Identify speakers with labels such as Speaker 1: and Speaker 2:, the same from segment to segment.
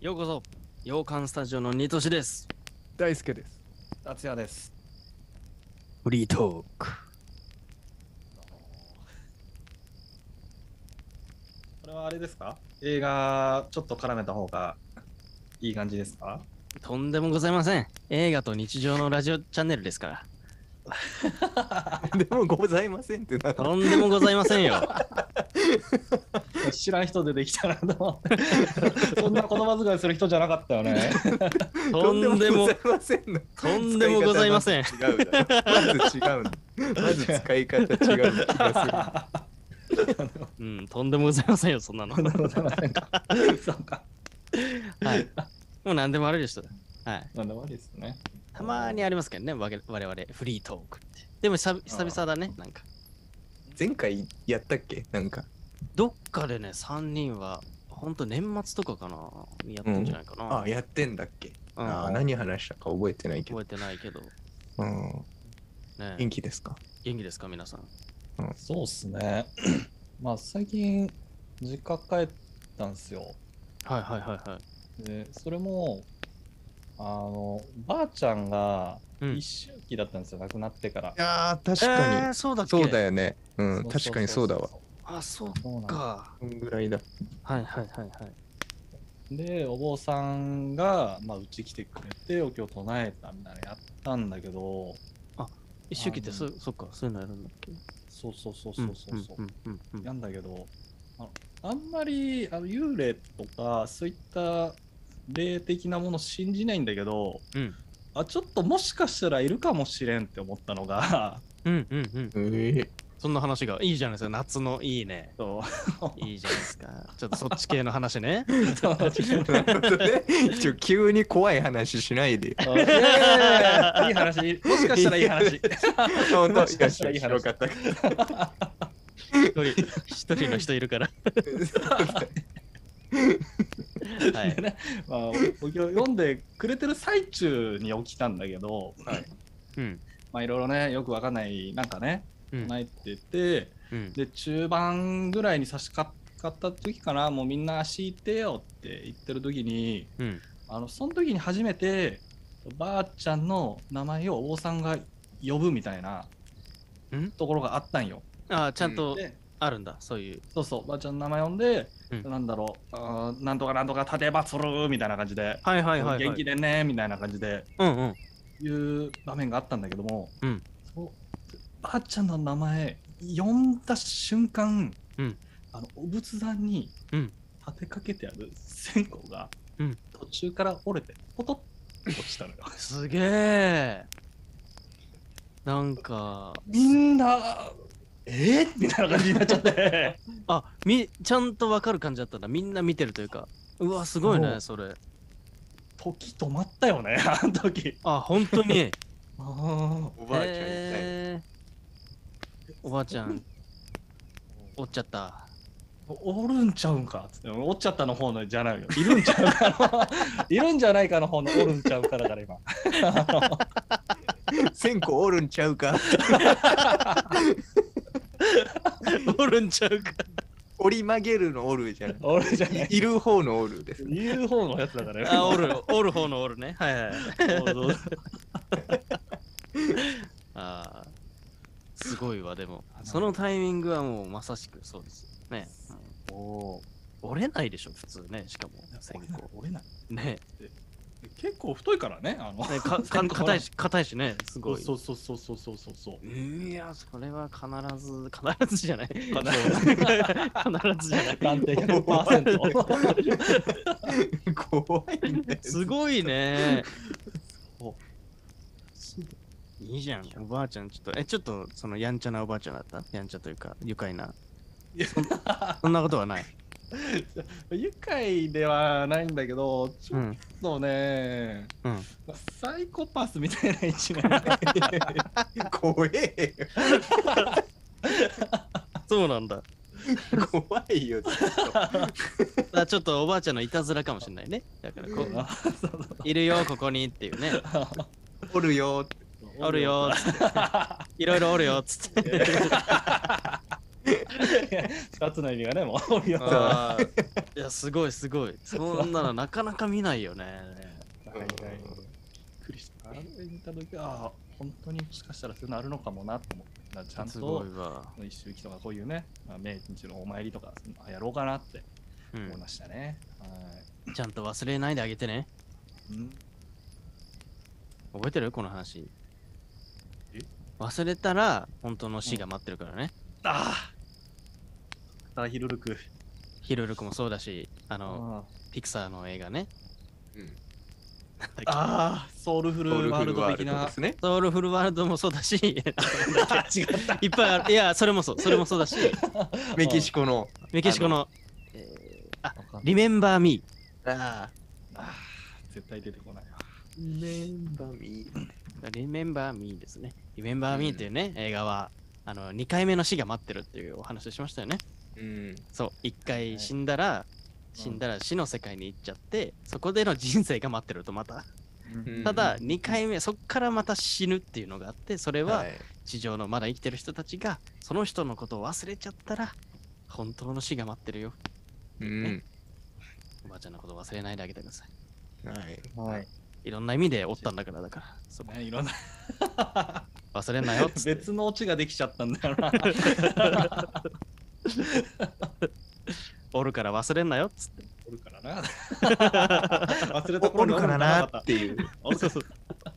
Speaker 1: ようこそ洋館スタジオのニトシです
Speaker 2: 大輔です。
Speaker 3: 達也です。
Speaker 1: フリートーク
Speaker 3: これはあれですか映画ちょっと絡めた方がいい感じですか
Speaker 1: とんでもございません映画と日常のラジオチャンネルですから
Speaker 2: でもございませんってな。
Speaker 1: とんでもございませんよ
Speaker 3: 知らん人出てきたなと思って。そんな言葉遣いする人じゃなかったよ ね。
Speaker 1: とんでも
Speaker 2: とんでございませんの。
Speaker 1: とんでもございません
Speaker 2: 使い方が違うだろ。まず違うの。まず使い方違う気が
Speaker 1: うんとんでもございませんよそんなの
Speaker 3: そんな
Speaker 1: は
Speaker 3: ことはないか。そうか。
Speaker 1: いもう何でもあるでしょはい
Speaker 3: なんでもありですよね。
Speaker 1: たまにありますけどねわけ我々フリートークってでも久々久々だねなんか
Speaker 2: する。前回やったっけなんか。
Speaker 1: どっかでね3人はほんと年末とかかなやったんじゃないかな、
Speaker 2: あ、やってんだっけ
Speaker 1: うん
Speaker 2: あ何話したか覚えてないけど
Speaker 1: 覚え。てないけど、
Speaker 2: うん。
Speaker 1: ね、
Speaker 2: 元気ですか
Speaker 1: 元気ですか皆さん
Speaker 3: そうっすね。まあ最近、実家帰ったんすよ。
Speaker 1: はいはいはいはい
Speaker 3: で、それも、あの、ばあちゃんが
Speaker 1: うん
Speaker 3: 一周期だったんですよ、亡くなってから
Speaker 2: い。やー、確か
Speaker 1: え
Speaker 2: に
Speaker 1: ー。そうだっけ
Speaker 2: そうだよね。うん、
Speaker 3: そうそうそう
Speaker 2: 確かにそうだわ。。
Speaker 1: あ、そう
Speaker 3: そうなんです
Speaker 1: か。
Speaker 2: こんぐらいだ。
Speaker 1: はいはいはいはい。
Speaker 3: で、お坊さんが、まあ、うち来てくれて、お経を唱えたみたいなのやったんだけど、
Speaker 1: 一周期ってそ
Speaker 3: あ、
Speaker 1: そっか、そういうのやるんだっけ
Speaker 3: そうそうそうそうそうそう、
Speaker 1: んうんうんうん
Speaker 3: やんだけど、あのあんまりあの幽霊とか、そういった霊的なもの信じないんだけど、
Speaker 1: うん
Speaker 3: あ、ちょっともしかしたらいるかもしれんって思ったのが、
Speaker 1: うんうんうん。
Speaker 2: え
Speaker 1: そんな話が、いいじゃないですか。夏のいい ね。
Speaker 3: そう
Speaker 1: いいじゃないですか。ちょっとそっち系の話 ね。
Speaker 3: そう
Speaker 2: え。なるほどね。一応、急に怖い話しないでよ。
Speaker 3: いやいやいや いやいい話、もしかしたらいい話。
Speaker 2: 本当
Speaker 3: もしかしたらいい話
Speaker 2: よかった。
Speaker 1: 一人、一人の人いる から。はい
Speaker 3: でね まあ、おお経を読んでくれてる最中に起きたんだけど、
Speaker 1: うん。
Speaker 3: まあいろいろねよくわかんないなんかね
Speaker 1: うん
Speaker 3: 唱えてて、
Speaker 1: うん
Speaker 3: で中盤ぐらいに差し掛かった時かなもうみんな足いてよって言ってる時に
Speaker 1: うん。
Speaker 3: あのその時に初めてばあちゃんの名前をお坊さんが呼ぶみたいなんところがあったんよ。
Speaker 1: あー、ちゃんと
Speaker 3: で
Speaker 1: あるんだ。そういう。
Speaker 3: そうそうばあちゃんの名前呼んで、
Speaker 1: うん
Speaker 3: なんだろうあーなんとかなんとか立てばつるみたいな感じで。
Speaker 1: はいはいはい、はい。
Speaker 3: 元気でねみたいな感じで
Speaker 1: うんうん。
Speaker 3: いう場面があったんだけども、
Speaker 1: うん
Speaker 3: そうばあちゃんの名前呼んだ瞬間、
Speaker 1: うん
Speaker 3: あのお仏壇に
Speaker 1: うん
Speaker 3: 立てかけてある線香が、
Speaker 1: うん
Speaker 3: 途中から折れてポトッと落ちたのよ
Speaker 1: すげえ。なんか、
Speaker 3: みんなえーみたいな感じになっちゃって
Speaker 1: あみちゃんとわかる感じだったんだみんな見てるというかうわすごいねそれ
Speaker 3: 時止まったよねあの時
Speaker 1: あ本当に
Speaker 3: あー
Speaker 2: おばあちゃんみたいな。
Speaker 1: へーおばあちゃんおっちゃった
Speaker 3: おるんちゃうんかっつっておっちゃったの方のじゃないよいるんちゃう かのいるんじゃないかの方のおるんちゃうかだから今
Speaker 2: 線香おるんちゃうか
Speaker 1: おるんちゃうか
Speaker 2: 折り曲げるのおるじゃん。
Speaker 3: おるじゃない
Speaker 2: いる方のおるです。
Speaker 3: 言う方のやつだから
Speaker 1: あおるおる方のおるねはいはい
Speaker 3: る。
Speaker 1: あーすごいわでもそのタイミングはもうまさしくそうですね、
Speaker 3: おお。
Speaker 1: うん折れないでしょ普通ねしかも線香
Speaker 3: 折れない。
Speaker 1: ね
Speaker 3: 結構太いからね。あの。
Speaker 1: ねか か硬いし硬いしねすごい
Speaker 3: そうそうそうそうそうそうそう。
Speaker 1: いや、それは必ず、必ずじゃない。必
Speaker 3: ず
Speaker 1: ずじゃない。
Speaker 3: なんて100%。
Speaker 2: 怖いんだよ。
Speaker 1: すごいね。
Speaker 3: そ
Speaker 1: いいじゃん、おばあちゃん、ちょっと、え、ちょっと、その、やんちゃなおばあちゃんだったやんちゃというか、愉快な。
Speaker 3: いや
Speaker 1: そんな ことはない。
Speaker 3: 愉快ではないんだけど、ち
Speaker 1: う
Speaker 3: ょっ
Speaker 1: ん。
Speaker 3: とね、
Speaker 1: うん
Speaker 3: サイコパスみたいな一面が。
Speaker 2: 怖え
Speaker 1: そうなんだ。
Speaker 2: よ。怖いよ。ずっ
Speaker 1: だからちょっとおばあちゃんのいたずらかもしれないね。だからこう、いるよ、ここにっていうね。
Speaker 2: とおるよ。
Speaker 1: おるよ、つって。いろいろおるよ、つって。
Speaker 3: 二つの意味がね、もう、いやは
Speaker 1: あーいや、すごいすごい。そんなのなかなか見ないよね。
Speaker 3: いはい。クリスあれ見た時ああ、本当にもしかしたらそういうのあるのかもなと思って、だからちゃん
Speaker 1: すご
Speaker 3: と
Speaker 1: い、わ。
Speaker 3: 一周忌とかこういうね、まあ、命日のお参りとか、あやろうかなって
Speaker 1: う
Speaker 3: 思い
Speaker 1: ん
Speaker 3: ましたね。はい。
Speaker 1: ちゃんと忘れないであげてね。
Speaker 3: うん
Speaker 1: 覚えてるこの話
Speaker 3: え。
Speaker 1: 忘れたら、本当の死が待ってるからね。
Speaker 3: あああヒルルク。
Speaker 1: ヒルルクもそうだし、あの、
Speaker 3: あ
Speaker 1: ピクサーの映画ね。
Speaker 3: あ、ソウルフル
Speaker 2: ソウル
Speaker 3: ワー
Speaker 2: フ
Speaker 3: ル
Speaker 2: ル
Speaker 3: ド
Speaker 2: ワー
Speaker 3: 的
Speaker 2: ルド
Speaker 3: な
Speaker 2: で。すね。
Speaker 1: ソウルフルワールドもそうだし、 い
Speaker 3: 違った。
Speaker 1: っぱい ある。いや、それもそう。それもそうだし、
Speaker 2: メキシコの。
Speaker 1: メキシコの、えーあ、リメンバーミ
Speaker 2: ああ。
Speaker 3: あー 絶対出てこないわ。
Speaker 2: メンバミー。
Speaker 1: ー。リメンバーミーですね。リメンバーミーっていうね、映画は、あの、2回目の死が待ってるっていうお話をしましたよね。
Speaker 2: うん。
Speaker 1: そう、一
Speaker 3: は
Speaker 1: 回
Speaker 3: い
Speaker 1: 死んだら、死んだら死の世界に行っちゃって、そこでの人生が待ってるとまた。
Speaker 2: うん、
Speaker 1: ただ、2回目、そっからまた死ぬっていうのがあって、それはい地上のまだ生きてる人たちが、その人のことを忘れちゃったら、本当の死が待ってるよ。
Speaker 2: うん。
Speaker 1: おばあちゃんのこと忘れないであげてください。
Speaker 2: はい。
Speaker 3: はい。
Speaker 1: いろんな意味でおったんだから、だから。そこ
Speaker 3: ねいろんな
Speaker 1: 忘れんなよっ つって。
Speaker 3: 別のオチができちゃったんだよ な。
Speaker 1: おるから忘れんなよっつって。
Speaker 3: おるから な。忘れた頃に
Speaker 2: ていう。
Speaker 3: おるぞ。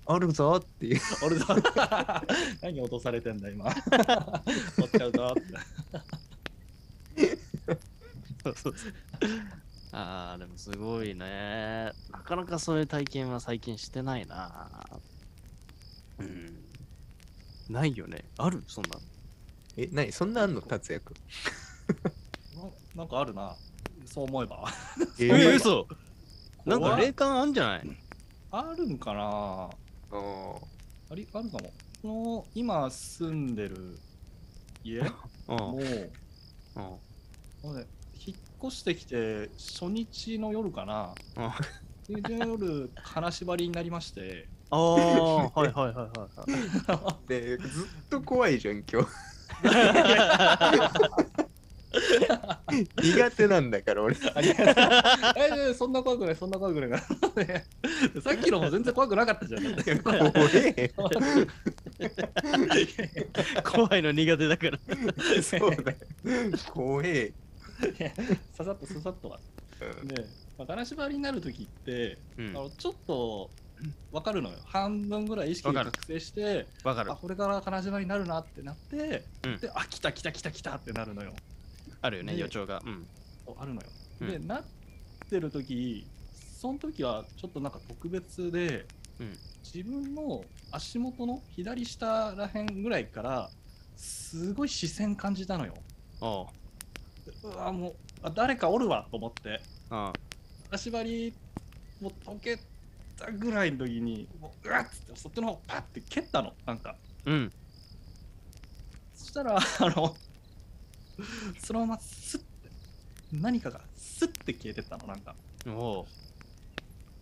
Speaker 2: あるぞっていう。
Speaker 3: おるぞ。何落とされてんだ 今。落っちゃうぞ って。
Speaker 1: ああ、でもすごいね。なかなかそういう体験は最近してないな。うん。ないよね。あるそんな。
Speaker 2: え、なにそんなあんの達也くん。
Speaker 3: ななんかあるな。そう思えば。
Speaker 2: え
Speaker 1: え
Speaker 2: ー、
Speaker 1: 嘘なんか
Speaker 3: 怖い
Speaker 1: 霊感あんじゃない
Speaker 3: あるんかな
Speaker 2: あ
Speaker 3: ありあるかも。この今住んでる家
Speaker 1: うん
Speaker 3: もう、
Speaker 1: うん。
Speaker 3: もうね引っ越してきて初日の夜かな
Speaker 1: うん。
Speaker 3: 初日の夜、金縛りになりまして。
Speaker 1: ああ、はいはいはいはいはい。
Speaker 2: ーで、ずっと怖いじゃん、今日。苦手なんだから、 俺。
Speaker 3: ありがとうえそんな怖くない、そんな怖くない。ねさっきのも全然怖くなかったじゃん。
Speaker 2: 怖え。
Speaker 1: 怖いの苦手だから。
Speaker 2: そうだよ。 怖え。
Speaker 3: ささっとささっとは。
Speaker 2: うん
Speaker 3: で、まあ、金縛りになるときって、
Speaker 1: うん
Speaker 3: あのちょっとわかるのよ半分ぐらい意識
Speaker 1: わ
Speaker 3: が
Speaker 1: かる
Speaker 3: 覚醒して
Speaker 1: わかる
Speaker 3: あ。これから金縛りになるなってなって、
Speaker 1: うん
Speaker 3: であ来た来た来た来たってなるのよ
Speaker 1: あるよね、
Speaker 3: ね
Speaker 1: 予兆が。うん。
Speaker 3: おあるのよ、
Speaker 1: うん
Speaker 3: でなってる時その時はちょっとなんか特別で、
Speaker 1: うん
Speaker 3: 自分の足元の左下らへんぐらいからすごい視線感じたのよ
Speaker 1: おう。
Speaker 3: でうわもうあ誰かおるわと思って
Speaker 1: あ
Speaker 3: 足張りもう溶けたぐらいの時にもううわっつってそっちの方パッて蹴ったのなんか
Speaker 1: うん。
Speaker 3: そしたらあのそのままスッて何かがスッて消えてったのなんか
Speaker 1: おう。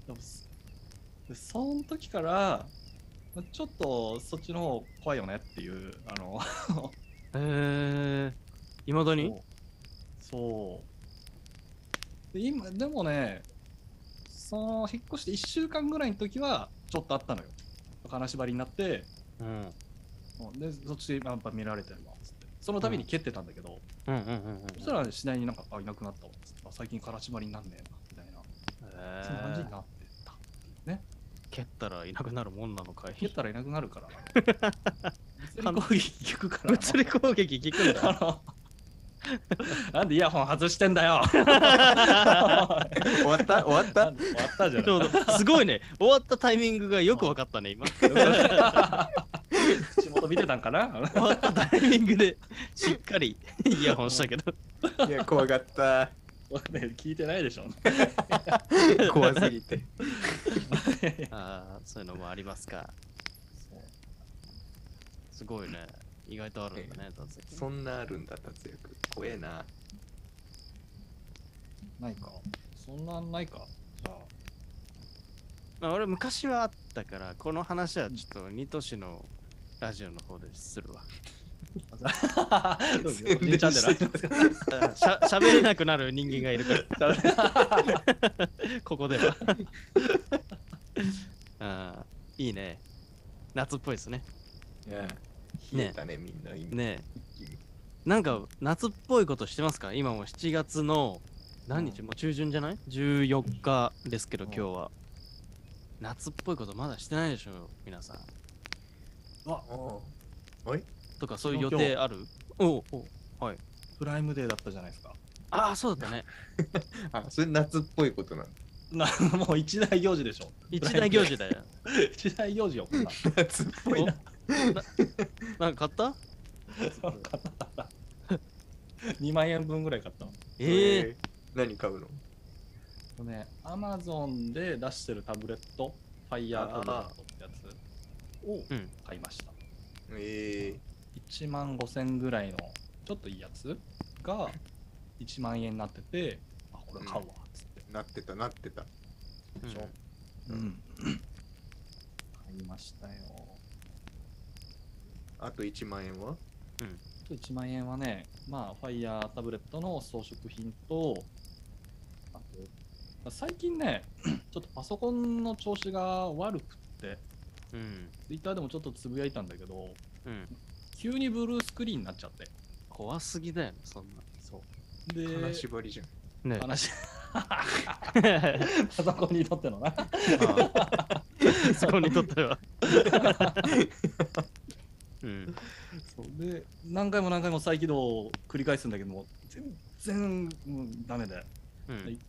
Speaker 3: でもすでその時からまちょっとそっちの方怖いよねっていうあの
Speaker 1: へえ。いまだに
Speaker 3: そうで今でもねその引っ越して1週間ぐらいの時はちょっとあったのよ金縛りになって
Speaker 1: うん。うん
Speaker 3: うんでそっちやっぱ見られてるわつってその度に蹴ってたんだけど、
Speaker 1: うんうんうん。
Speaker 3: そしたら次第になんかあいなくなったわつってあ最近金縛りになんねえなみたいな
Speaker 1: へ
Speaker 3: そんな感じ
Speaker 1: え
Speaker 3: に。なってた
Speaker 1: 蹴ったらいなくなるもんなのかい
Speaker 3: 蹴ったらいなくなるから 物理攻撃効く から
Speaker 1: 物理攻撃聞くんだ。
Speaker 3: あの なんでイヤホン外してん だよ
Speaker 2: 終わった終わっ
Speaker 3: な
Speaker 2: た
Speaker 3: んで終わったじゃ
Speaker 1: ち ょう
Speaker 3: な
Speaker 1: どすごいね。終わったタイミングがよくわかったね、今。
Speaker 3: い仕事見てたんかな
Speaker 1: 終わったタイミングでしっかりイヤホンしたけど。
Speaker 2: いや、怖か った。
Speaker 3: ね聞いてないでしょ
Speaker 2: 怖すぎて。
Speaker 1: ああ、そういうのもありますか。すごいね。意外とあるんだね、達也君
Speaker 2: そんなあるんだ、達也くん。怖えな。
Speaker 3: ないかそんなんないかじゃあ
Speaker 1: まあ、俺昔はあったから、この話はちょっと二都市のラジオの方でするわ。
Speaker 3: どうぞおじいちゃ んじゃないですか。
Speaker 1: しゃ喋れなくなる人間がいるから ここではあーいいね夏っぽいですね
Speaker 2: いや冷えたねみんな今
Speaker 1: ねえなんか夏っぽいことしてますか今もう7月の何日、
Speaker 2: うん
Speaker 1: もう中旬じゃない ?14 日ですけど
Speaker 2: うん
Speaker 1: 今日は、夏っぽいことまだしてないでしょ皆さん
Speaker 2: おおい
Speaker 1: とかそういう予
Speaker 3: 昨日
Speaker 1: 定あるおうおう
Speaker 3: プライムデーだったじゃないですか。
Speaker 1: ああそうだったね
Speaker 2: あそれ夏っぽいことなの
Speaker 3: なもう一大行事でしょ。
Speaker 1: 一大行事だよ
Speaker 3: 一大行事よ、こんな
Speaker 2: 夏っぽいな
Speaker 1: おなんか買った
Speaker 3: の。2万円分ぐらい買ったの。
Speaker 1: ええ
Speaker 2: え何買うの
Speaker 3: これね、アマゾンで出してるタブレット、ファイヤータブレットってやつを
Speaker 1: うん
Speaker 3: 買いました。
Speaker 2: ええ
Speaker 3: 1万5000ぐらいのちょっといいやつが1万円になってて、あ、これ買うわ、つって。
Speaker 2: なってたなってた
Speaker 1: うん
Speaker 2: そう
Speaker 3: う
Speaker 2: うんん。
Speaker 3: 買いましたよ。
Speaker 2: あと1万円は
Speaker 3: あと1万円はね、まあ、ファイヤータブレットの装飾品と、あと、最近ね、ちょっとパソコンの調子が悪くって、
Speaker 1: うん、
Speaker 3: Twitter でもちょっとつぶやいたんだけど、
Speaker 1: うん、
Speaker 3: 急にブルースクリーンになっちゃって。
Speaker 1: 怖すぎだよねそん
Speaker 3: そう。で、
Speaker 2: 金縛りじゃん
Speaker 1: なね
Speaker 3: 悲しい パソコンにとってのな。
Speaker 1: そこにとってはうん
Speaker 3: そうで、何回も何回も再起動を繰り返すんだけども、全然、うん、ダメで。
Speaker 1: う
Speaker 3: はい
Speaker 1: ん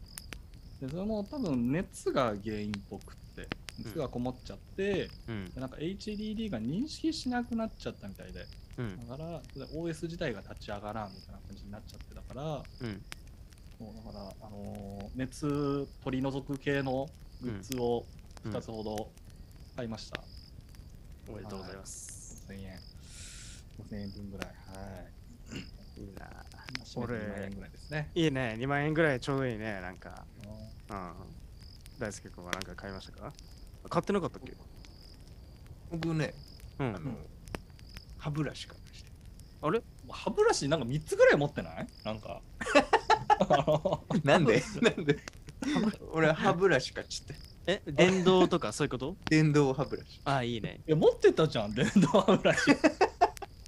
Speaker 3: でそれも多分熱が原因っぽくって熱がこもっちゃって、
Speaker 1: うん
Speaker 3: でなんか HDD が認識しなくなっちゃったみたいで
Speaker 1: うん
Speaker 3: だからそれで OS 自体が立ち上がらんみたいな感じになっちゃってだから
Speaker 1: うん
Speaker 3: もうだから、あのー熱取り除く系のグッズを
Speaker 1: うん
Speaker 3: 2つほど買いました、
Speaker 1: おめでとうございます。
Speaker 3: 5000円5000円分ぐらいはい
Speaker 1: いいな。
Speaker 3: 締めて
Speaker 4: 俺
Speaker 3: 2万円ぐらいですね
Speaker 4: いいね、2万円ぐらいちょうどいいね、なんか。
Speaker 3: あのー
Speaker 4: うん。大輔君はなんか買いましたか買ってなかったっけ
Speaker 2: 僕ね
Speaker 4: う
Speaker 2: あ
Speaker 4: ん。
Speaker 2: の歯ブラシ買いました
Speaker 3: 歯ブラシなんか3つぐらい持ってないなんかあの
Speaker 2: なんでなんで俺歯ブラシ買っちゃって。
Speaker 1: え、電動とかそういうこと
Speaker 2: 電動歯ブラシ。
Speaker 1: あ、いいね。
Speaker 3: いや持ってたじゃん電動歯ブラシ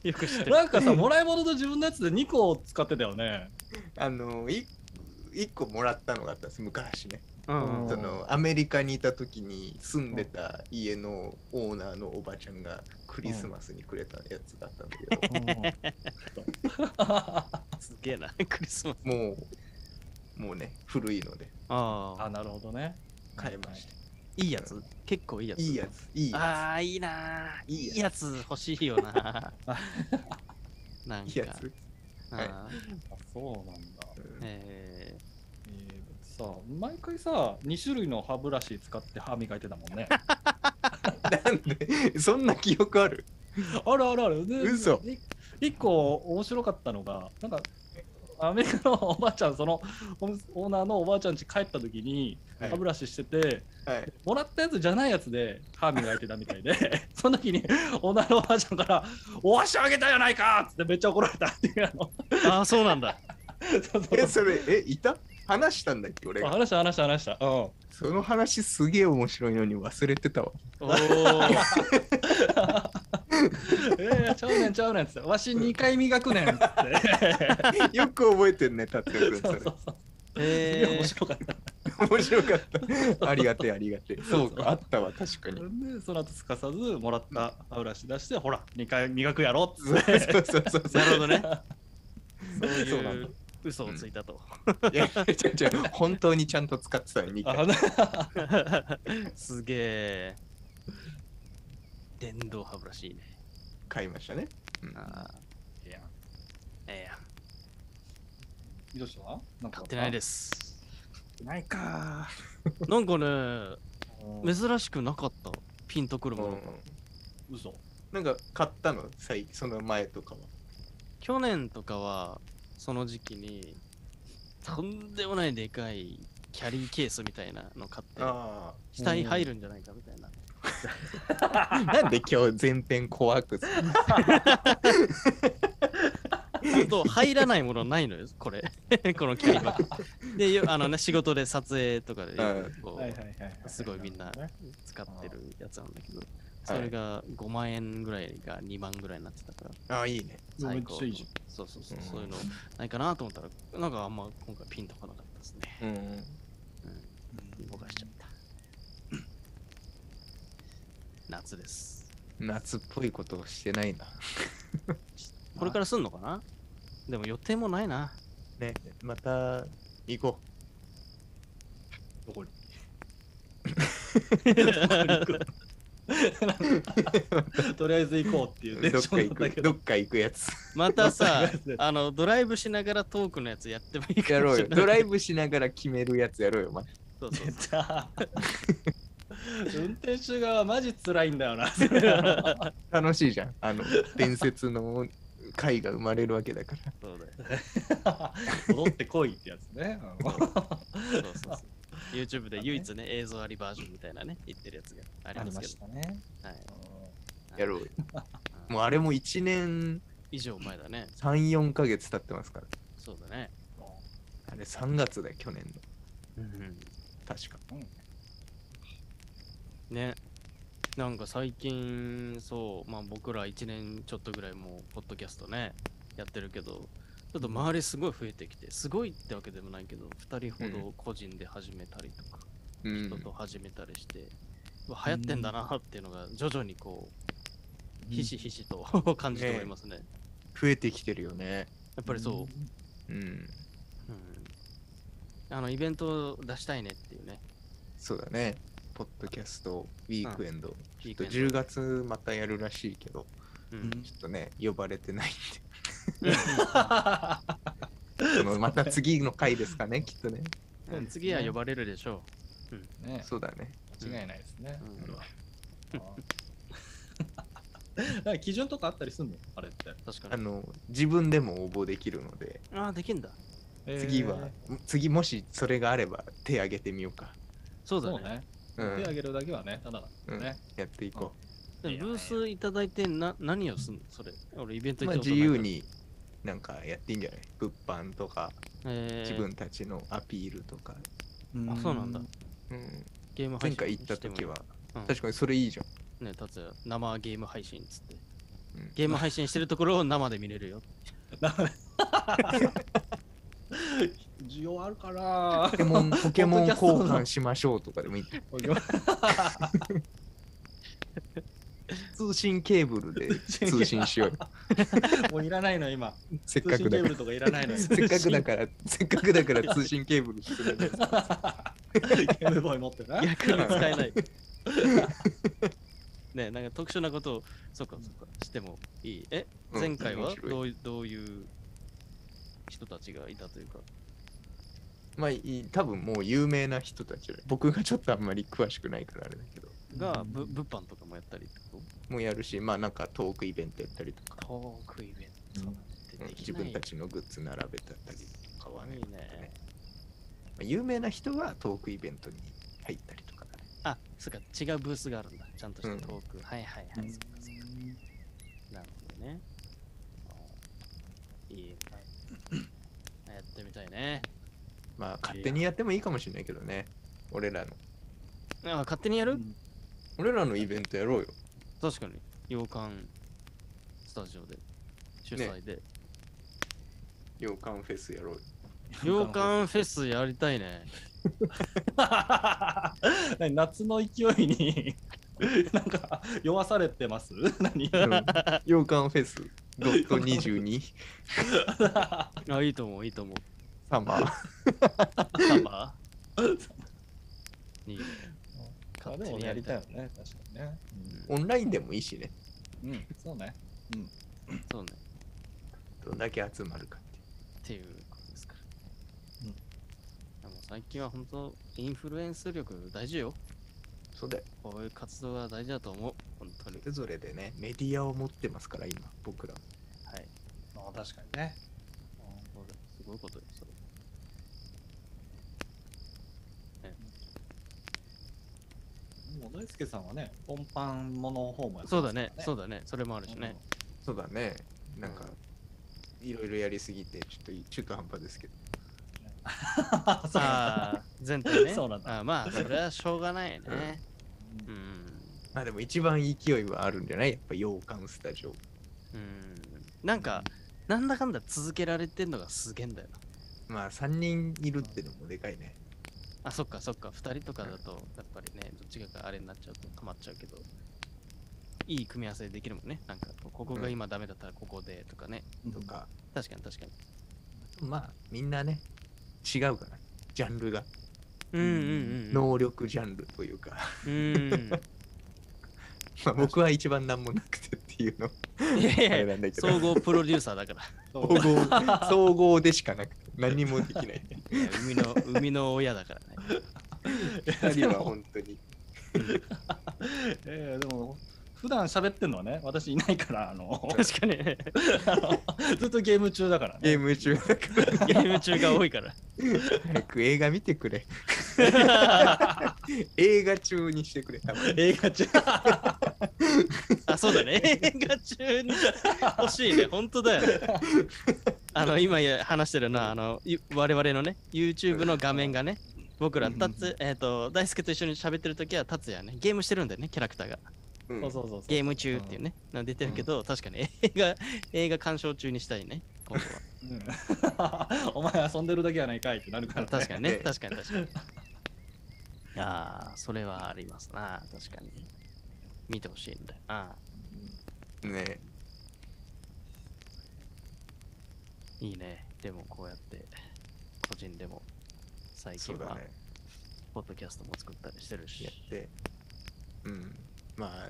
Speaker 1: よく知ってる。
Speaker 3: なんかさもらい物と自分のやつで2個使ってたよね
Speaker 2: あの、い一個もらったのがあったんです、昔ね。
Speaker 4: うん。
Speaker 2: その、アメリカにいた時に住んでた家のオーナーのおばちゃんがクリスマスにくれたやつだったんだけど、
Speaker 1: すげえな、クリスマス。
Speaker 2: もう、もうね、古いので
Speaker 1: あ
Speaker 3: あ
Speaker 1: あ、
Speaker 3: なるほどね
Speaker 2: 買いました。
Speaker 1: いいやつ結構いいやつ。
Speaker 2: いいやつ、いいや
Speaker 1: ああ、いいな。い
Speaker 2: いいや
Speaker 1: い
Speaker 2: つ
Speaker 1: やつ欲しいよな。なん
Speaker 2: つ。
Speaker 1: か。
Speaker 2: いいやつ。はい
Speaker 1: あー
Speaker 3: あそうなんだ、
Speaker 2: うん
Speaker 1: え
Speaker 3: えーさあ毎回さ2種類の歯ブラシ使って歯磨いてたもん ね
Speaker 2: なんで、そんな記憶ある
Speaker 3: あるあるあるで
Speaker 2: 嘘
Speaker 3: 1個面白かったのがなんかアメリカのおばあちゃんそのおオーナーのおばあちゃん家帰った時に
Speaker 2: はい
Speaker 3: 歯ブラシしてて、
Speaker 2: はい。
Speaker 3: もらったやつじゃないやつで歯磨いてたみたいで、 その時に女のおばあちゃんから、お箸あげたやないかっつってめっちゃ怒られたっていうあの、
Speaker 1: ー、ああ、そうなんだ。
Speaker 3: そうそう
Speaker 2: え、それ、え、いた話したんだっけ、俺が。
Speaker 3: 話した話した話した。うん。
Speaker 2: その話すげえ面白いのに忘れてたわ。
Speaker 1: お ー
Speaker 3: えー、ちゃうねんちゃうねんっつって、わし2回磨くねんっつって。
Speaker 2: よく覚えてんね、達也君。そ
Speaker 3: そう
Speaker 2: れ
Speaker 3: そうそう。いや
Speaker 1: え
Speaker 3: 面
Speaker 1: ー、
Speaker 3: 白かった。
Speaker 2: 面白か った。ありがてえ、ありがてえ。そうか、あったわ、確か
Speaker 3: で
Speaker 2: に。、
Speaker 3: その後すかさずもらった歯ブラシ出して、ほら、2回磨くやろっつ
Speaker 2: そう
Speaker 3: って。
Speaker 2: そうそうそう。
Speaker 1: なるほどね。そう
Speaker 2: そうないんだ
Speaker 1: う嘘をついたと。
Speaker 2: いや、ちょちょ、本当にちゃんと使ってたよ、2
Speaker 3: あ
Speaker 2: 回。
Speaker 3: の
Speaker 1: すげえ。電動歯ブラシいいね。
Speaker 2: 買いましたね。うん
Speaker 1: ああ、
Speaker 3: いや、
Speaker 1: ええやん。
Speaker 3: ひどしはなんか。
Speaker 1: 買ってないですす。
Speaker 3: ないか
Speaker 1: なんかね、
Speaker 3: ー。
Speaker 1: 珍しくなかった。ピンとくるも
Speaker 2: う
Speaker 1: の
Speaker 2: ん
Speaker 1: が。
Speaker 3: 嘘。
Speaker 2: なんか買ったの、最その前とかは。
Speaker 1: 去年とかは、その時期に、とんでもないでかいキャリーケースみたいなの買って、
Speaker 2: あ
Speaker 1: 額入るんじゃないかみたいな。
Speaker 2: なんで今日全編怖くする
Speaker 1: ちょっと入らないものないのよ、これ。 この機械は。で、よあのね、仕事で撮影とかでよくこう、
Speaker 3: はいはいはいはい。
Speaker 1: すごいみんな
Speaker 3: るほどね
Speaker 1: 使ってるやつなんだけど、それが5万円ぐらいが2万ぐらいになってたから、
Speaker 2: ああ、いいね。
Speaker 3: うわめっ
Speaker 1: 最高
Speaker 3: ちゃいいじゃん。
Speaker 1: そうそうそう、
Speaker 2: うん
Speaker 1: そういうのないかなと思ったら、なんかあんま今回ピンとこなかったですね。
Speaker 2: うん。
Speaker 1: 動かしちゃった。夏です。
Speaker 2: 夏っぽいことをしてないな。
Speaker 1: これからすんのかなでも予定もないな。
Speaker 2: ね、また行こ
Speaker 3: どこにとりあえず行こうっていう
Speaker 2: う。
Speaker 3: テ
Speaker 2: ど
Speaker 3: ン
Speaker 2: っ
Speaker 3: シ
Speaker 2: か
Speaker 3: ョン
Speaker 2: 行
Speaker 3: だったけ
Speaker 2: く、
Speaker 3: ど
Speaker 2: どっか行くやつ。
Speaker 1: また
Speaker 3: わ
Speaker 1: さ
Speaker 3: かりまし、た
Speaker 1: あの、ドライブしながらトークのやつやってもいい
Speaker 2: や
Speaker 1: かも
Speaker 2: ろう
Speaker 1: し
Speaker 2: よ。
Speaker 1: れない。
Speaker 2: ドライブしながら決めるやつやろうよ、ま
Speaker 1: そうそう
Speaker 3: 出た運転手側マジ辛いんだよな
Speaker 2: 楽しいじゃん。あの、伝説の回が生まれるわけだから。
Speaker 1: そうだよ
Speaker 3: 戻ってこいってやつ ね
Speaker 1: そうそうそう YouTube で唯一ね、映像ありバージョンみたいなね、言ってるやつがあり
Speaker 3: あり
Speaker 1: ます
Speaker 3: ま
Speaker 1: け
Speaker 3: し
Speaker 1: ど。
Speaker 3: たね
Speaker 1: はい、
Speaker 2: やろうよ。
Speaker 1: うん
Speaker 2: もうあれも1年
Speaker 1: 以上前だね。
Speaker 2: 3、4ヶ月経ってますから。
Speaker 1: そうだね。
Speaker 2: あれ3月だよ、去年
Speaker 1: う
Speaker 2: の。
Speaker 1: ん、
Speaker 2: 確か。
Speaker 1: ね。なんか最近、そう、まあ僕ら1年ちょっとぐらいもう、ポッドキャストね、やってるけど、ちょっと周りすごい増えてきて、すごいってわけでもないけど、2人ほど個人で始めたりとか、
Speaker 2: う
Speaker 1: 人と始めたりして、うわ流行ってんだなっていうのが徐々にこう、ひしひしと 感じておりますね。
Speaker 2: 増えてきてるよね。
Speaker 1: やっぱりそう、
Speaker 2: うん。
Speaker 1: あのイベントを出したいねっていうね。
Speaker 2: そうだね。ポッドキャスト、ウィークエンド。
Speaker 1: ちょ
Speaker 2: と10月またやるらしいけど、
Speaker 1: うん、
Speaker 2: ちょっとね、呼ばれてないん
Speaker 3: う
Speaker 2: で。そのまた次の回ですかね、きっ とね。
Speaker 3: そうですね
Speaker 1: 次は呼ばれるでしょ
Speaker 3: んね
Speaker 2: そうだね。
Speaker 3: 間違いないですね
Speaker 1: う。う、ん
Speaker 2: うん
Speaker 3: なんか基準とかあったりすんのあれって。
Speaker 1: 確か
Speaker 2: あ
Speaker 1: に。
Speaker 2: の、自分でも応募できるので、
Speaker 1: ああ、できんだ。
Speaker 2: 次は、次もしそれがあれば手挙げてみようか。
Speaker 1: そうだ
Speaker 3: そう
Speaker 1: ね。
Speaker 2: う
Speaker 3: ね。手挙
Speaker 2: ん。
Speaker 3: げるだけはね、ただだからね。
Speaker 2: やっていこ
Speaker 1: でもブースいただいてな何をすんのそれ。俺イベン
Speaker 2: う。
Speaker 1: ト行
Speaker 2: ま
Speaker 1: っ
Speaker 2: あ
Speaker 1: たことないか
Speaker 2: 自
Speaker 1: ら
Speaker 2: 由。になんかやっていいんじゃない物販とか、
Speaker 1: えー
Speaker 2: 自分たちのアピールとか。
Speaker 1: あそうなんだ
Speaker 2: うん。
Speaker 1: ゲーム配
Speaker 2: 前
Speaker 1: 信
Speaker 2: 回行った時は、
Speaker 1: うん
Speaker 2: 確かにそれいいじゃん。
Speaker 1: ね、達也、生ゲーム配信っつって。
Speaker 2: うん
Speaker 1: ゲーム配信してるところを生で見れるよ。
Speaker 3: 需要ある かな
Speaker 2: ポケモン、ポケモン交換しましょうとかでもいい。 通信ケーブルで通信し ようよ。
Speaker 3: もういらないの今。
Speaker 2: せっ
Speaker 3: 通
Speaker 2: か
Speaker 3: 信
Speaker 2: く
Speaker 3: ケ
Speaker 2: だから
Speaker 3: ーブル。とかい らないのよ。
Speaker 2: せっかくだから、せっかくだから通信ケーブルしてるんです
Speaker 3: ゲームボーイ持ってな。
Speaker 1: 逆 に使えない。 ねなんか特殊なことを、そうかそうか、してもいい。え、
Speaker 2: うん
Speaker 1: 前回は
Speaker 2: 面白い
Speaker 1: どういどういう人たちがいたというか。
Speaker 2: まあ、いい多分もう有名な人たちより僕がちょっとあんまり詳しくないからあれだけど、
Speaker 1: が、ぶ物販とかもやったりってこ
Speaker 2: もうやるし、まあなんかトークイベントやったりとか、
Speaker 1: とトークイベントって
Speaker 2: うん
Speaker 1: でき
Speaker 2: 自
Speaker 1: ない、
Speaker 2: 分たちのグッズ並べたりとかはね
Speaker 1: いいね。
Speaker 2: まあ有名な人はトークイベントに入ったりとかだね。
Speaker 1: あ、そっか、違うブースがあるんだ。ちゃんとしたトーク。はいはいはい、
Speaker 3: うん
Speaker 1: そっかそっか。なるほどね。あーいい。やってみたいね。
Speaker 2: まあ勝手にやってもいいかもしれないけどね、俺らの。
Speaker 1: あ、勝手にやる、
Speaker 2: 俺らのイベントやろうよ。
Speaker 1: 確かに。洋館スタジオで。主催で。
Speaker 2: 洋館フェスやろうよ。
Speaker 1: 洋館フェスやりたいね。
Speaker 3: 何夏の勢いに なんか酔わされてます何
Speaker 2: 洋館フェス、ドット22、
Speaker 1: あ、いいと思う、いいと思う。
Speaker 2: サマー。
Speaker 1: サマーいいね。
Speaker 3: あでもやりたいよね確かにね
Speaker 2: オンラインでもいいしね。
Speaker 3: うん、うん、そうねうん
Speaker 1: そうね。
Speaker 2: どんだけ集まるかっていう。
Speaker 1: っていうことですから。
Speaker 3: うん
Speaker 1: でも最近は本当、インフルエンス力大事よ。
Speaker 2: そうだよ。
Speaker 1: こういう活動が大事だと思う。本当に
Speaker 2: そ。れぞれでね、メディアを持ってますから、今、僕ら。
Speaker 1: はい。
Speaker 3: あ確かにね
Speaker 1: これすごいことです。それ
Speaker 3: もうだい大輔さんはね、本版もの方もやって
Speaker 1: そう
Speaker 3: ま
Speaker 1: だ
Speaker 3: すから
Speaker 1: ね、そうだね、それもあるしね。
Speaker 2: そうだね。なんか、いろいろやりすぎて、ちょっと中途半端ですけど。
Speaker 3: うんそうだ
Speaker 1: ああ、全体ね。
Speaker 3: そうなんだ
Speaker 1: あーまあ、それはしょうがないよね。
Speaker 3: う
Speaker 1: うんん。
Speaker 2: まあでも一番勢いはあるんじゃないやっぱ洋館スタジオ。
Speaker 1: うん。なんか、なんだかんだ続けられてんのがすげえんだよな。
Speaker 2: まあ3人いるってのもでかいね。
Speaker 1: あ、そっかそっか、2人とかだと、やっぱりね、どっちかがあれになっちゃうと困っちゃうけど、いい組み合わせできるもんね。なんか、ここが今ダメだったらここでとかね。
Speaker 3: うん
Speaker 2: とか、
Speaker 1: 確かに確かに。
Speaker 2: まあみんなね、違うから。ジャンルが。
Speaker 1: うんうんうん。
Speaker 2: 能力ジャンルというか。
Speaker 1: うん。
Speaker 2: まあ僕は一番何もなくてっていうの。
Speaker 1: いやいや
Speaker 2: あれ
Speaker 1: いや
Speaker 2: なんだけど。
Speaker 1: 総合プロデューサーだから。
Speaker 3: そう
Speaker 2: 総合、総合でしかなくて、何もできない。
Speaker 1: いや海の、海の親だからね。
Speaker 2: 二人は本当に。
Speaker 3: えーでも普段喋ってるのはね、私いないから、あの
Speaker 1: 確かに、ね、
Speaker 3: ずっとゲーム中だからね。
Speaker 2: ゲーム中だから
Speaker 1: ゲーム中が多いから。
Speaker 2: 早く映画見てくれ。映画中にしてくれ。多分
Speaker 3: 映画中
Speaker 1: あ、そうだね。映画中に欲しいね。本当だよね。あの、今や話してるのは、あの、い我々のね、YouTube の画面がね、僕ら、
Speaker 2: うん
Speaker 1: たつ、えっ、と、大輔と一緒に喋ってる時は、達也ね、ゲームしてるんだよね、キャラクターが。
Speaker 2: うん
Speaker 3: そうそうそうそう。
Speaker 1: ゲーム中っていうね、の出てるけど、確かに映画、映画鑑賞中にしたいね、今後
Speaker 3: うん お前遊んでるだけやないかいってなるから、
Speaker 1: は。
Speaker 3: ね。
Speaker 1: 確かに
Speaker 2: え
Speaker 1: ね
Speaker 2: え、
Speaker 1: 確かに確かに。ああ、それはありますな、確かに。見てほしいんだよな。
Speaker 2: ね
Speaker 1: いいね。でもこうやって、個人でも、最
Speaker 2: そ
Speaker 1: 近
Speaker 2: うだ
Speaker 1: は、
Speaker 2: ね。
Speaker 1: ポッドキャストも作ったりしてるし。
Speaker 2: やって。うん。まあ、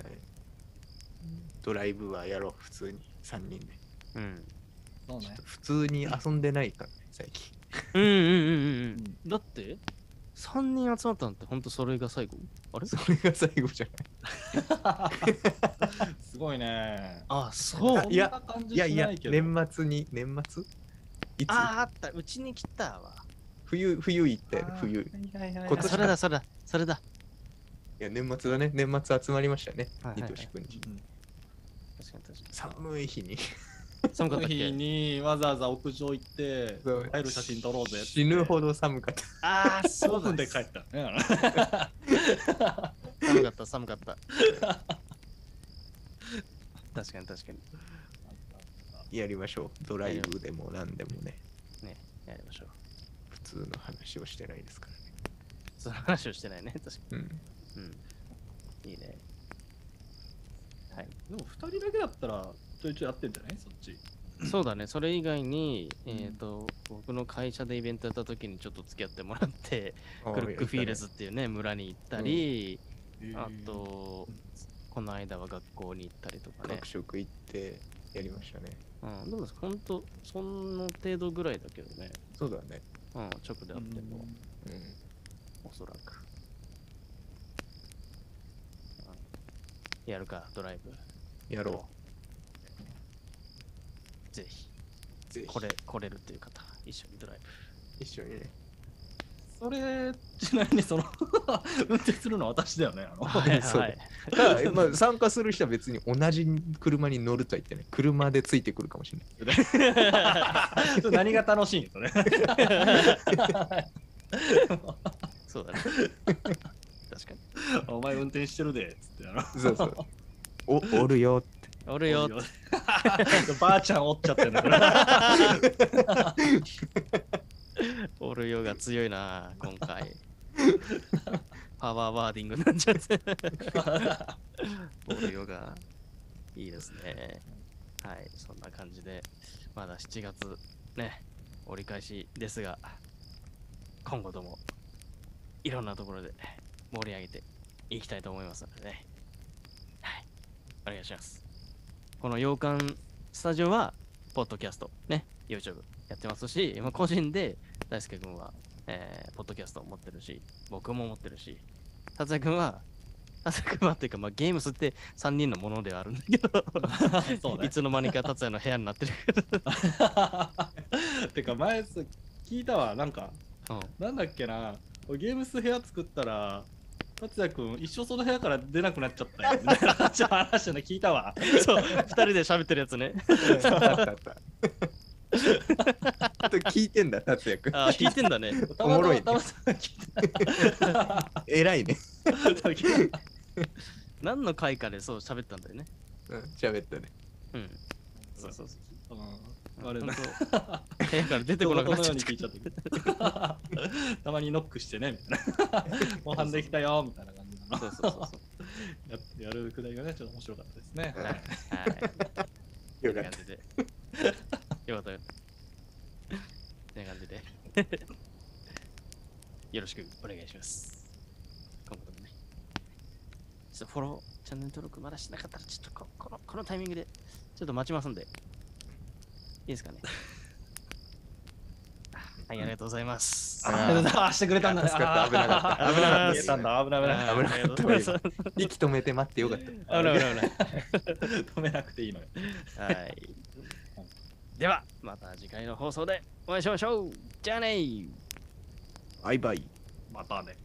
Speaker 2: ドライブはやろう、普通に。3人で。
Speaker 1: うん。
Speaker 3: そう
Speaker 2: ちょっ
Speaker 3: ね
Speaker 2: と。普通に遊んでないからね、最近。
Speaker 1: うんうんうんうん
Speaker 3: うん
Speaker 1: うん。だって、3人集まったのって、ほんとそれが最後あれ
Speaker 2: それが最後じゃ
Speaker 3: すごいね。
Speaker 1: あ、そう。
Speaker 2: いや
Speaker 3: そんな感
Speaker 2: な
Speaker 3: じ
Speaker 2: い。いやい
Speaker 3: し
Speaker 2: や
Speaker 3: な、けど
Speaker 2: 年末に、年末いつ
Speaker 1: ああ、あった。うちに来たわ。
Speaker 2: 冬、冬行ったよね、
Speaker 3: あー
Speaker 2: 冬。い
Speaker 3: はいはいはいはい
Speaker 2: 今年
Speaker 1: それだ、それだ、それだ。
Speaker 2: や、年末だね。年末集まりましたね
Speaker 1: はい。はい
Speaker 2: い
Speaker 1: はい
Speaker 2: としくんち。
Speaker 3: うん
Speaker 1: 確かに確か
Speaker 2: 寒い日に。
Speaker 1: に。寒か
Speaker 3: そ
Speaker 1: った
Speaker 3: の
Speaker 1: っ
Speaker 3: 日
Speaker 1: け
Speaker 3: にわざわざ屋上行って
Speaker 2: そう、
Speaker 3: 入る写真撮ろうぜって。
Speaker 2: 死ぬほど寒かった。
Speaker 1: ああ、そ
Speaker 3: 5
Speaker 1: うだ
Speaker 3: 分
Speaker 1: ね
Speaker 3: で帰った。ね
Speaker 1: 寒かった、寒かった。確かに確かに。
Speaker 2: やりましょう。ドライブでも何でもね。
Speaker 1: ね、やりましょう。
Speaker 2: 普通の話をしてないですからね。
Speaker 1: その話をしてないね、確かに。
Speaker 2: うん。
Speaker 1: うん。いいね。はい。
Speaker 3: でも2人だけだったらちょいちょいやってんじゃないそっち。
Speaker 1: そうだね、それ以外に、
Speaker 3: うん
Speaker 1: えっ、と、僕の会社でイベントやった時にちょっと付き合ってもらって、クルックフィールズっていうね、村に行ったり、あと、この間は学校に行ったりとかね
Speaker 2: 学。食行ってやりましたね。
Speaker 1: うん、でも、ほんと、その程度ぐらいだけどね。
Speaker 2: そうだね。
Speaker 1: うん、直で
Speaker 3: う
Speaker 1: あっ
Speaker 3: ん
Speaker 1: ても、
Speaker 2: うん。
Speaker 1: おそらく。うんやるか、ドライブ。
Speaker 2: やろ
Speaker 1: ぜひ、
Speaker 2: う。ぜひ
Speaker 1: これ、来れるっていう方、一緒にドライブ。
Speaker 2: 一緒にね。
Speaker 3: それ、ちなみにその 運転するのは私だよね。あの
Speaker 1: はい
Speaker 2: そう
Speaker 1: はい。
Speaker 2: ただ、まあ、参加する人は別に同じ車に乗るとは言ってね、車でついてくるかもしれない。
Speaker 3: そ れ何が楽しいんそれ。
Speaker 1: そうだね。確かに。
Speaker 3: お前運転してるで。つってあの
Speaker 2: そうそう。お、おるよって。
Speaker 1: おるよ。
Speaker 3: ばあちゃんおっちゃってんだから。
Speaker 1: おるよが強いな、今回。パワーワーディングになっちゃって。おるよがいいですね。はい、そんな感じで、まだ7月ね、折り返しですが、今後ともいろんなところで盛り上げていきたいと思いますのでね。はい、お願いします。この洋館スタジオは、ポッドキャスト、ね、YouTube やってますし、まあ個人で大輔君は、えーポッドキャストを持ってるし、僕も持ってるし、達也君は、達也君はっていうか、まあ、ゲームスって3人のものではあるんだけど、
Speaker 3: そうね
Speaker 1: い。つの間にか達也の部屋になってるけど、
Speaker 3: てか前さ聞いたわなんか
Speaker 1: うん
Speaker 3: なんだっけなゲームス部屋作ったら達也君、一生その部屋から出なくなっちゃっ たよ。みたいな話を話してね、聞いたわ。
Speaker 1: そう、二人で喋ってるやつね。
Speaker 2: あったあった。と聞いてんだ、達也くん。
Speaker 1: あー、聞いてんだね。
Speaker 3: たま
Speaker 2: おも
Speaker 3: た
Speaker 2: ろいね
Speaker 3: またまたま聞
Speaker 2: 偉いね。
Speaker 3: いた。
Speaker 1: 何の回かでそう喋ったんだよね。
Speaker 2: うん喋ったね。
Speaker 1: うん。
Speaker 3: そうそうそう。うん、
Speaker 1: あ
Speaker 3: あれ
Speaker 1: れ
Speaker 3: な
Speaker 1: 部
Speaker 3: んか
Speaker 1: 屋から出てこなくなっちゃっ
Speaker 3: 聞いちゃったけどたまにノックしてね、みた いな。モンハンできたよ、みたいな感じ
Speaker 1: た。
Speaker 3: な
Speaker 1: そ
Speaker 3: の
Speaker 1: うそうそうそ
Speaker 3: やってやるくだりがね、ちょっと面白かったですね
Speaker 1: う。。はい。はい。
Speaker 2: よかっ
Speaker 1: て感
Speaker 2: た
Speaker 1: じで。よかったよかった。てな感じで。よろしくお願いします。今後ともね。ちょっとフォロー、チャンネル登録まだしなかったら、ちょっとここのこのタイミングで、ちょっと待ちますんで。いいですか ね。はい、ありがとうございます。
Speaker 3: あありがとうございます、してくれたんだね。
Speaker 2: 助かった危なかった
Speaker 3: あー
Speaker 2: 危なかった
Speaker 3: 見えたんだ、危ない危ない。
Speaker 2: 危なかったわ今
Speaker 1: 危
Speaker 2: 息止めて待ってよかった。
Speaker 1: ない危ない危ない。
Speaker 3: 止めなくていいのよ。
Speaker 1: はい。では、また次回の放送でお会いしましょう。じゃあねー。
Speaker 2: バイバイ。
Speaker 3: またね。